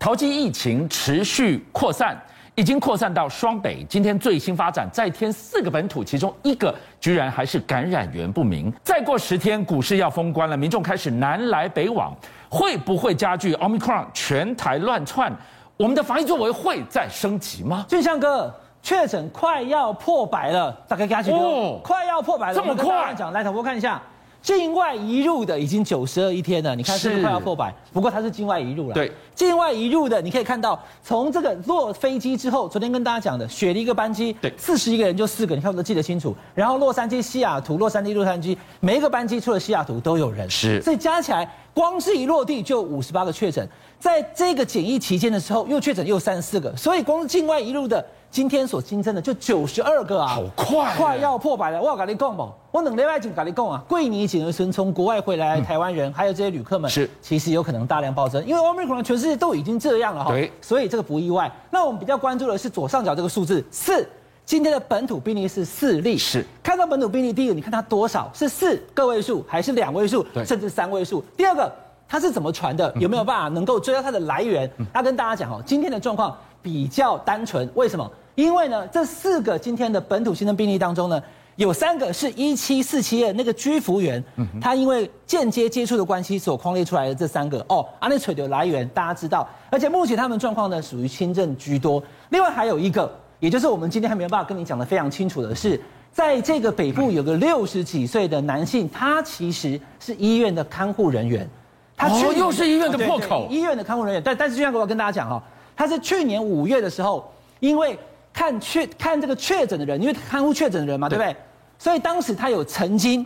淘金疫情持续扩散，已经扩散到双北。今天最新发展，再添四个本土，其中一个居然还是感染源不明。再过十天，股市要封关了，民众开始南来北往，会不会加剧 Omicron 全台乱窜？我们的防疫作为会再升级吗？俊相哥，确诊快要破百了，大概加几哦多？快要破百了，这么我跟大家快讲，来，导播看一下，境外移入的已经九十二一天了，你看是不是是快要破百？不过它是境外移入了。对，境外移入的，你可以看到，从这个落飞机之后，昨天跟大家讲的，雪梨一个班机，对四十一个人就四个，你看我都记得清楚。然后洛杉矶、西雅图、洛杉矶、洛杉矶，每一个班机除了西雅图都有人，是所以加起来光是一落地就五十八个确诊，在这个检疫期间的时候又确诊又三十四个，所以光是境外一路的今天所新增的就九十二个啊，好快啊快要破百了。我有跟你讲嘛，我两礼拜前跟你讲啊，桂尼警和孙从国外回来的台湾人、还有这些旅客们嗯是其实有可能大量暴增，因为 Omicron 全世界都已经这样了哈。对所以这个不意外。那我们比较关注的是左上角这个数字四，今天的本土病例是四例。是看到本土病例，第一个你看它多少是四个位数，还是两位数对，甚至三位数？第二个它是怎么传的？有没有办法能够追到它的来源？要跟大家讲哦，今天的状况比较单纯，为什么？因为呢，这四个今天的本土新增病例当中呢。有三个是一七四七二那个居服员，他因为间接接触的关系所框列出来的这三个哦，阿内垂的来源大家知道，而且目前他们状况呢属于轻症居多。另外还有一个，也就是我们今天还没有办法跟你讲的非常清楚的是，在这个北部有个六十几岁的男性，他其实是医院的看护人员，他哦去年又是医院的对破对口医院的看护人员。但但是就像我要跟大家讲哈、哦，他是去年五月的时候，因为看确看这个确诊的人，因为看护确诊的人嘛，对对不对？所以当时他有曾经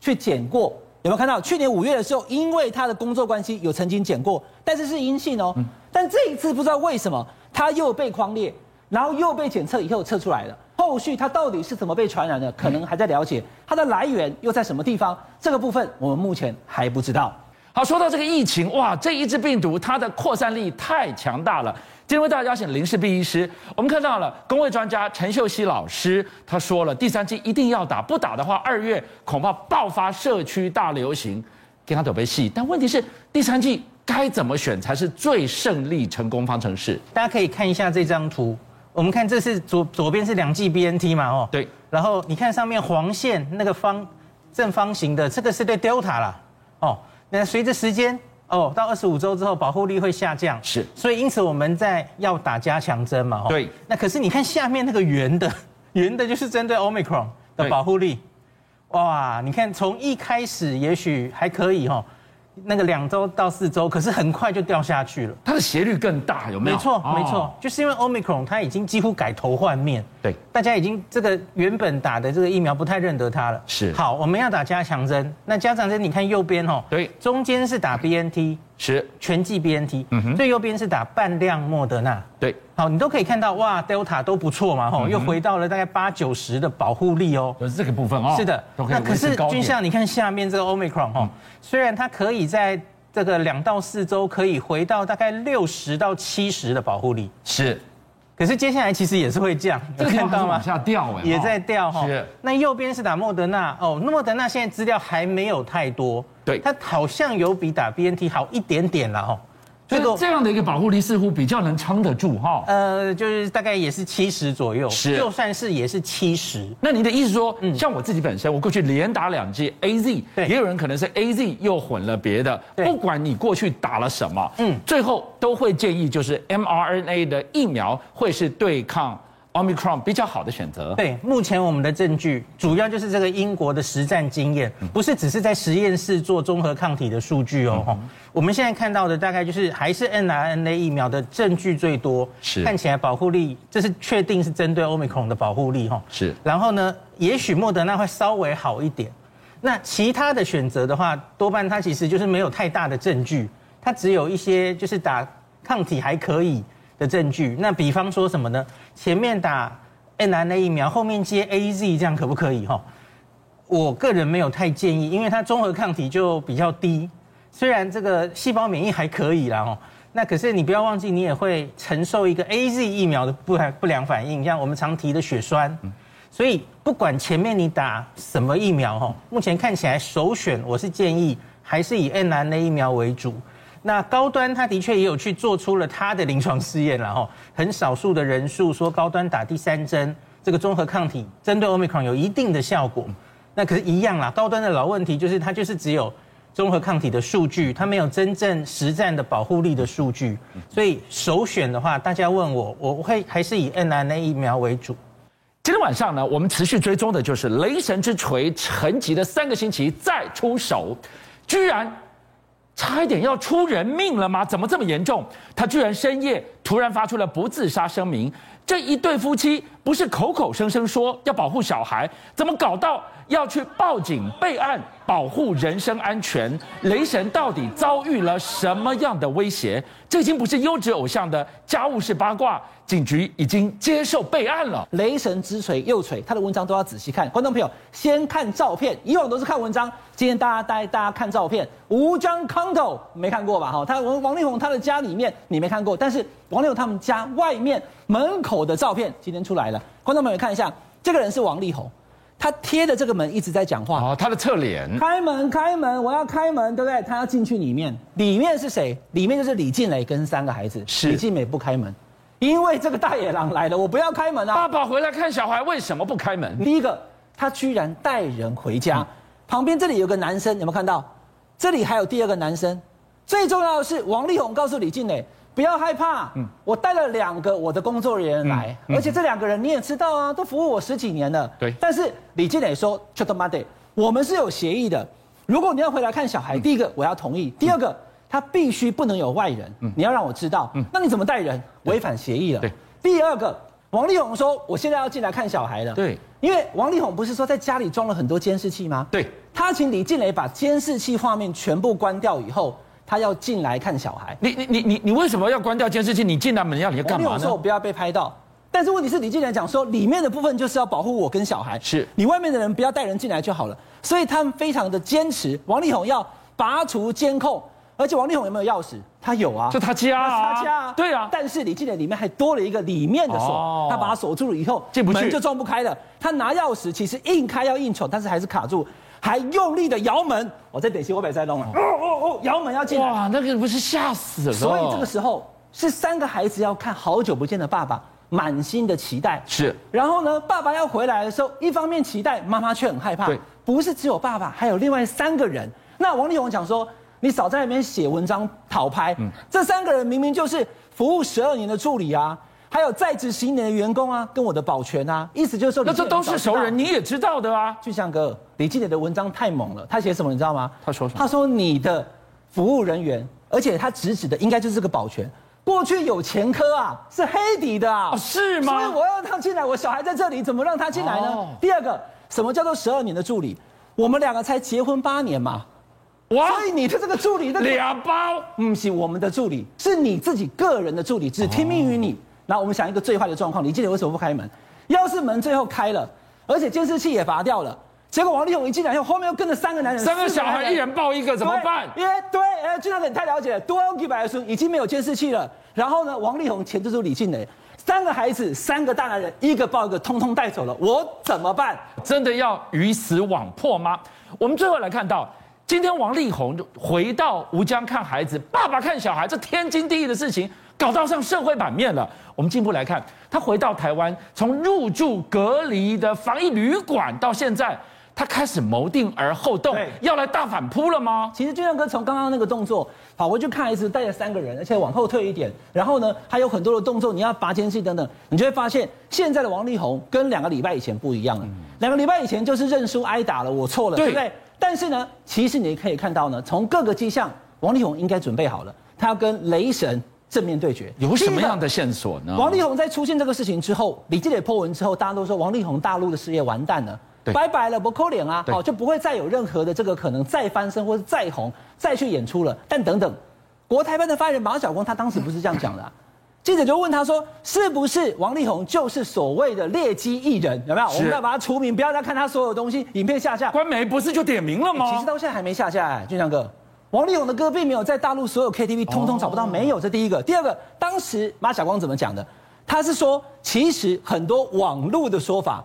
去检过。有没有看到去年五月的时候，因为他的工作关系有曾经检过，但是是阴性哦。但这一次不知道为什么他又被框列，然后又被检测以后测出来了。后续他到底是怎么被传染的，可能还在了解，它的来源又在什么地方，这个部分我们目前还不知道。好，说到这个疫情，哇，这一支病毒它的扩散力太强大了。今天为大家邀请林氏璧医师，我们看到了工位专家陈秀熙老师，他说了，第三季一定要打，不打的话，二月恐怕爆发社区大流行，给他准备戏。但问题是，第三季该怎么选才是最胜利成功方程式？大家可以看一下这张图，我们看这是左左边是两剂 BNT 嘛，哦，对。然后你看上面黄线那个方正方形的，这个是对 Delta 啦，哦，那随着时间哦，到二十五周之后保护力会下降，是所以因此我们在要打加强针嘛，哦对。那可是你看下面那个圆的， 圆的就是针对 Omicron 的对保护力，哇，你看从一开始也许还可以哦，那个两周到四周，可是很快就掉下去了。它的斜率更大，有没没有？错，哦没错，，就是因为 Omicron 它已经几乎改头换面，对，大家已经这个原本打的这个疫苗不太认得它了。是好，我们要打加强针。那加强针，你看右边哦，对中间是打 BNT 是，全剂 BNT，嗯最右边是打半量莫德纳。对，好，你都可以看到，哇，Delta 都不错嗯嘛，吼，又回到了大概八九十的保护力哦。就是这个部分哦。是的，都可那以可维是持高君点。嗯相，你看下面这个 Omicron 哈、虽然它可以在这个两到四周可以回到大概六十到七十的保护力，是，可是接下来其实也是会降， 这个地方还是往下掉哎，也哦在掉哈、是那右边是打莫德纳哦，那莫德纳现在资料还没有太多，对它好像有比打 BNT 好一点点啦哈、哦所以这样的一个保护力似乎比较能撑得住哈、呃，就是大概也是七十左右，是就算是也是七十，那你的意思说，像我自己本身，我过去连打两剂 A Z，嗯对也有人可能是 A Z 又混了别的，对不管你过去打了什么，嗯嗯，最后都会建议就是 m R N A 的疫苗会是对抗 Omicron 比较好的选择。对，目前我们的证据主要就是这个英国的实战经验，嗯不是只是在实验室做综合抗体的数据哦。嗯吼我们现在看到的大概就是还是 mRNA 疫苗的证据最多，是看起来保护力，这是确定是针对 Omicron 的保护力哈。吼是然后呢，也许莫德纳会稍微好一点。那其他的选择的话，多半它其实就是没有太大的证据，它只有一些就是打抗体还可以的证据。那比方说什么呢？前面打 n r n a 疫苗，后面接 AZ，这样可不可以？哈，我个人没有太建议，因为它综合抗体就比较低。虽然这个细胞免疫还可以啦，哦，那可是你不要忘记，你也会承受一个 A Z 疫苗的不不良反应，像我们常提的血栓。所以不管前面你打什么疫苗，哈，目前看起来首选我是建议还是以 n r n a 疫苗为主。那高端它的确也有去做出了它的临床试验了哈，很少数的人数说高端打第三针，这个综合抗体针对 Omicron 有一定的效果。那可是，一样啦，高端的老问题就是它就是只有综合抗体的数据，它没有真正实战的保护力的数据。所以首选的话，大家问我，我会还是以 n r a 疫苗为主。今天晚上呢，我们持续追踪的就是雷神之锤沉寂的三个星期再出手，居然差一点要出人命了吗？怎么这么严重？他居然深夜突然发出了不自杀声明。这一对夫妻不是口口声声说要保护小孩，怎么搞到要去报警备案，保护人身安全？雷神到底遭遇了什么样的威胁？这已经不是优质偶像的家务事八卦，警局已经接受备案了。雷神之锤右锤，他的文章都要仔细看。观众朋友，先看照片，以往都是看文章，今天大家带大家看照片。吴江康斗没看过吧？哈，他王王力宏他的家里面你没看过，但是王力宏他们家外面门口的照片今天出来了。观众朋友看一下，这个人是王力宏，他贴着这个门一直在讲话。哦，他的侧脸开门，开门，我要开门，对不对？他要进去里面，里面是谁？里面就是李静蕾跟三个孩子。是李静蕾不开门，因为这个大野狼来了，我不要开门啊！爸爸回来看小孩，为什么不开门？第一个，他居然带人回家，嗯旁边这里有个男生，有没有看到？这里还有第二个男生。最重要的是，王力宏告诉李静蕾不要害怕，我带了两个我的工作人员来，嗯嗯嗯而且这两个人你也知道啊，都服务我十几年了。对但是李静蕾说 c h o t m a d e 我们是有协议的，如果你要回来看小孩，第一个我要同嗯意，第二个他必须不能有外人，你要让我知道。那你怎么带人？违反协议了。嗯对。第二个，王力宏说我现在要进来看小孩了。对因为王力宏不是说在家里装了很多监视器吗？对，他请李静蕾把监视器画面全部关掉以后，他要进来看小孩。你你你你你为什么要关掉监视器？你进来门要你要王干力嘛宏说：“我呢？不要被拍到。”但是问题是，李静蕾讲说，里面的部分就是要保护我跟小孩，是你外面的人不要带人进来就好了。所以他们非常的坚持，王力宏要拔除监控，而且王力宏有没有钥匙？他有啊，就他家啊他家啊，对啊但是李静蕾里面还多了一个里面的锁，哦他把它锁住了以后，进不去门就撞不开了。他拿钥匙其实硬开要硬闯，但是还是卡住，还用力的摇门。我在等新我北在弄了，哦哦哦，摇门要进来。哇，那个不是吓死了？所以这个时候是三个孩子要看好久不见的爸爸，满心的期待。是然后呢，爸爸要回来的时候，一方面期待，妈妈却很害怕。对不是只有爸爸，还有另外三个人。那王力宏讲说，你少在那边写文章讨拍，嗯这三个人明明就是服务十二年的助理啊。还有在职十一年的员工啊，跟我的保全啊，意思就是说那你这都是熟人，你也知道的啊。俊祥哥，李静蕾的文章太猛了，他写什么你知道吗？他说什么他说你的服务人员，而且他直指的应该就是这个保全，过去有前科啊，是黑底的啊，哦是吗所以我要让他进来，我小孩在这里，怎么让他进来呢？哦第二个，什么叫做十二年的助理？我们两个才结婚八年嘛，啊哇，所以你的这个助理的俩包嗯不是我们的助理，是你自己个人的助哦理，只听命于你。然后我们想一个最坏的状况，李经理为什么不开门？要是门最后开了，而且监视器也拔掉了，结果王力宏一进来以后，后面又跟着三个男人，三个四小男孩一人抱一个，怎么办？对因为对，哎，俊亮哥你太了解了，多 L 百的孙已经没有监视器了。然后呢，王力宏前就是李静蕾，三个孩子，三个大男人，一个抱一个，通通带走了，我怎么办？真的要鱼死网破吗？我们最后来看到，今天王力宏回到吴江看孩子，爸爸看小孩，这天经地义的事情，搞到上社会版面了。我们进一步来看，他回到台湾，从入住隔离的防疫旅馆到现在，他开始谋定而后动对，要来大反扑了吗？其实俊亮哥从刚刚那个动作跑过去看一次，带着三个人，而且往后退一点，然后呢还有很多的动作，你要拔尖器等等，你就会发现现在的王力宏跟两个礼拜以前不一样了。两个礼拜以前就是认输挨打了，我错了，嗯对对不对？但是呢，其实你可以看到呢，从各个迹象，王力宏应该准备好了，他要跟雷神正面对决。有什么第一个样的线索呢？王力宏在出现这个事情之后，李志磊破文之后，大家都说王力宏大陆的事业完蛋了对，拜拜了，不扣脸啊，对好就不会再有任何的这个可能再翻身或者再红再去演出了。但等等，国台办的发言人马晓光他当时不是这样讲的啊、 记者就问他说：“是不是王力宏就是所谓的劣迹艺人？有没有？是我们要把他除名，不要再看他所有东西，影片下架。官媒不是就点名了哎其实吗？到现在还没下架、哎，俊强哥。王力宏的歌并没有在大陆所有 KTV 通通找不到，没有。这第一个，第二个，当时马晓光怎么讲的？他是说，其实很多网络的说法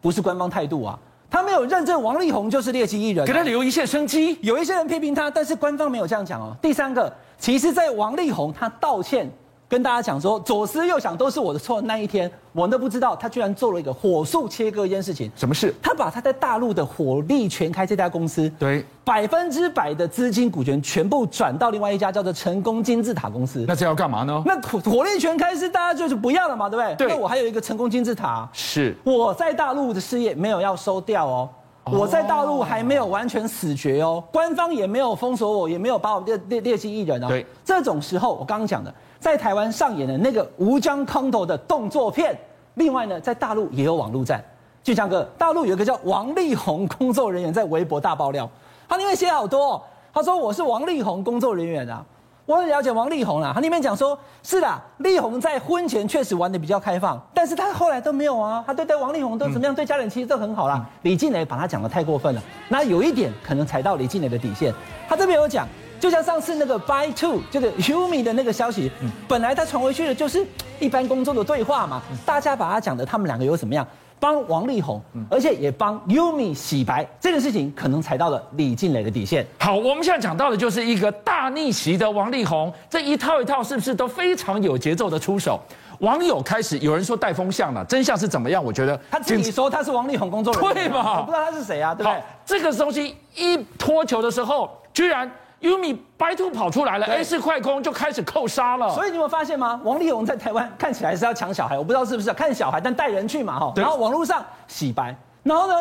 不是官方态度啊，他没有认证王力宏就是劣迹艺人啊、给他留一线生机。有一些人批评他，但是官方没有这样讲哦。第三个，其实，在王力宏他道歉跟大家讲说左思右想都是我的错的那一天，我们都不知道他居然做了一个火速切割一件事情。什么事？他把他在大陆的火力全开这家公司，对百分之百的资金股权全部转到另外一家叫做成功金字塔公司。那这要干嘛呢？那火火力全开是大家就是不要了嘛，对不对？对那我还有一个成功金字塔，是我在大陆的事业没有要收掉哦。我在大陆还没有完全死绝哦，官方也没有封锁我，也没有把我列列列进艺人哦。对，这种时候我刚刚讲的，在台湾上演的那个吴江康头的动作片，另外呢，在大陆也有网络站。俊强哥，大陆有一个叫王力宏工作人员在微博大爆料，他里面写好多、哦，他说我是王力宏工作人员啊，我很了解王力宏啦，他那边讲说，是啦，力宏在婚前确实玩的比较开放，但是他后来都没有啊，他对待王力宏都怎么样，对家人其实都很好啦。李静蕾把他讲的太过分了，那有一点可能踩到李静蕾的底线。他这边有讲，就像上次那个 By Two 这个 Yumi 的那个消息，本来他传回去的就是一般工作的对话嘛，大家把他讲的他们两个有怎么样，帮王力宏，而且也帮 Yumi 洗白，这个事情可能踩到了李静蕾的底线。好，我们现在讲到的就是一个大逆袭的王力宏，这一套一套是不是都非常有节奏的出手？网友开始有人说带风向了，真相是怎么样？我觉得他自己说他是王力宏工作人员，对吧我不知道他是谁啊，对不好对？，这个东西一脱球的时候，居然 Yumi 白兔跑出来了对，A 四快攻就开始扣杀了。所以你有没有发现吗？王力宏在台湾 看起来是要抢小孩，我不知道是不是要看小孩，但带人去嘛哈。对然后网络上洗白，然后呢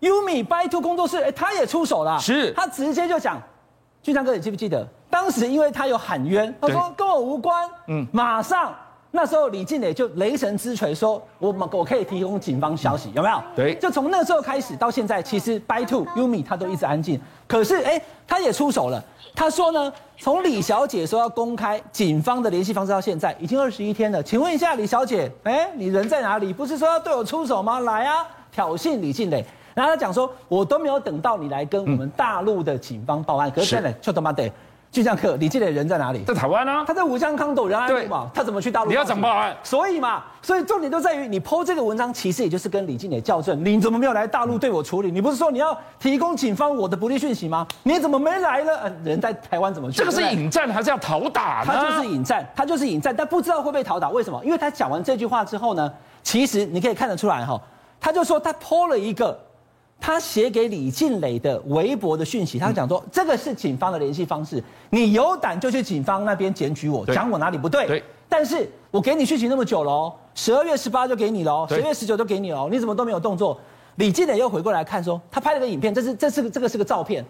，Yumi by Two 工作室，哎、他也出手了，是他直接就讲，俊昌哥，你记不记得当时因为他有喊冤，他说对跟我无关，嗯，马上。那时候李静蕾就雷神之锤说，我们我可以提供警方消息，有没有？对就从那时候开始到现在，其实 By Two Yumi 他都一直安静，可是哎、他也出手了。他说呢，从李小姐说要公开警方的联系方式到现在，已经二十一天了。请问一下李小姐，哎、你人在哪里？不是说要对我出手吗？来啊，挑衅李静蕾。然后他讲说，我都没有等到你来跟我们大陆的警方报案，可是是现在就他妈的，就这样课，李静蕾人在哪里？在台湾呢、啊他在吴江康斗人安路嘛，他怎么去大陆？你要怎么报案所以嘛，所以重点就在于你剖这个文章，其实也就是跟李静蕾校正，你怎么没有来大陆对我处理？你不是说你要提供警方我的不利讯息吗？你怎么没来呢？呃人在台湾怎么去？这个是对不对引战还是要讨打呢？他就是引战，他就是引战，但不知道会被讨打。为什么？因为他讲完这句话之后呢，其实你可以看得出来哈、他就说他抛了一个他写给李静蕾的微博的讯息，他讲说、嗯这个是警方的联系方式，你有胆就去警方那边检举我，对讲我哪里不对。对但是我给你讯息那么久了哦，十二月十八就给你了哦，对十月十九就给你了哦，你怎么都没有动作？李静蕾又回过来看说，他拍了个影片，这是这是个这个是个照片，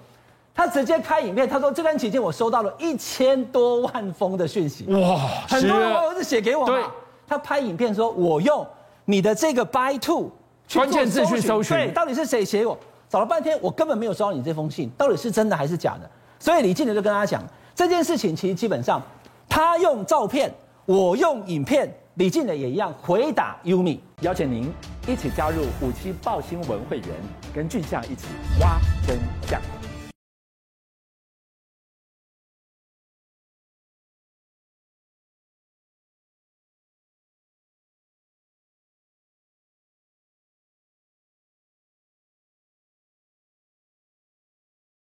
他直接开影片，他说这段期间我收到了一千多万封的讯息，哇，很是啊多人网友是写给我对嘛，他拍影片说我用你的这个 by two 去做关键字去搜寻对，到底是谁写我？找了半天，我根本没有收到你这封信，到底是真的还是假的？所以李静蕾就跟他讲这件事情，其实基本上他用照片，我用影片，李静蕾也一样回答 Yumi。邀请您一起加入五七报新闻会员，跟俊相一起挖真相。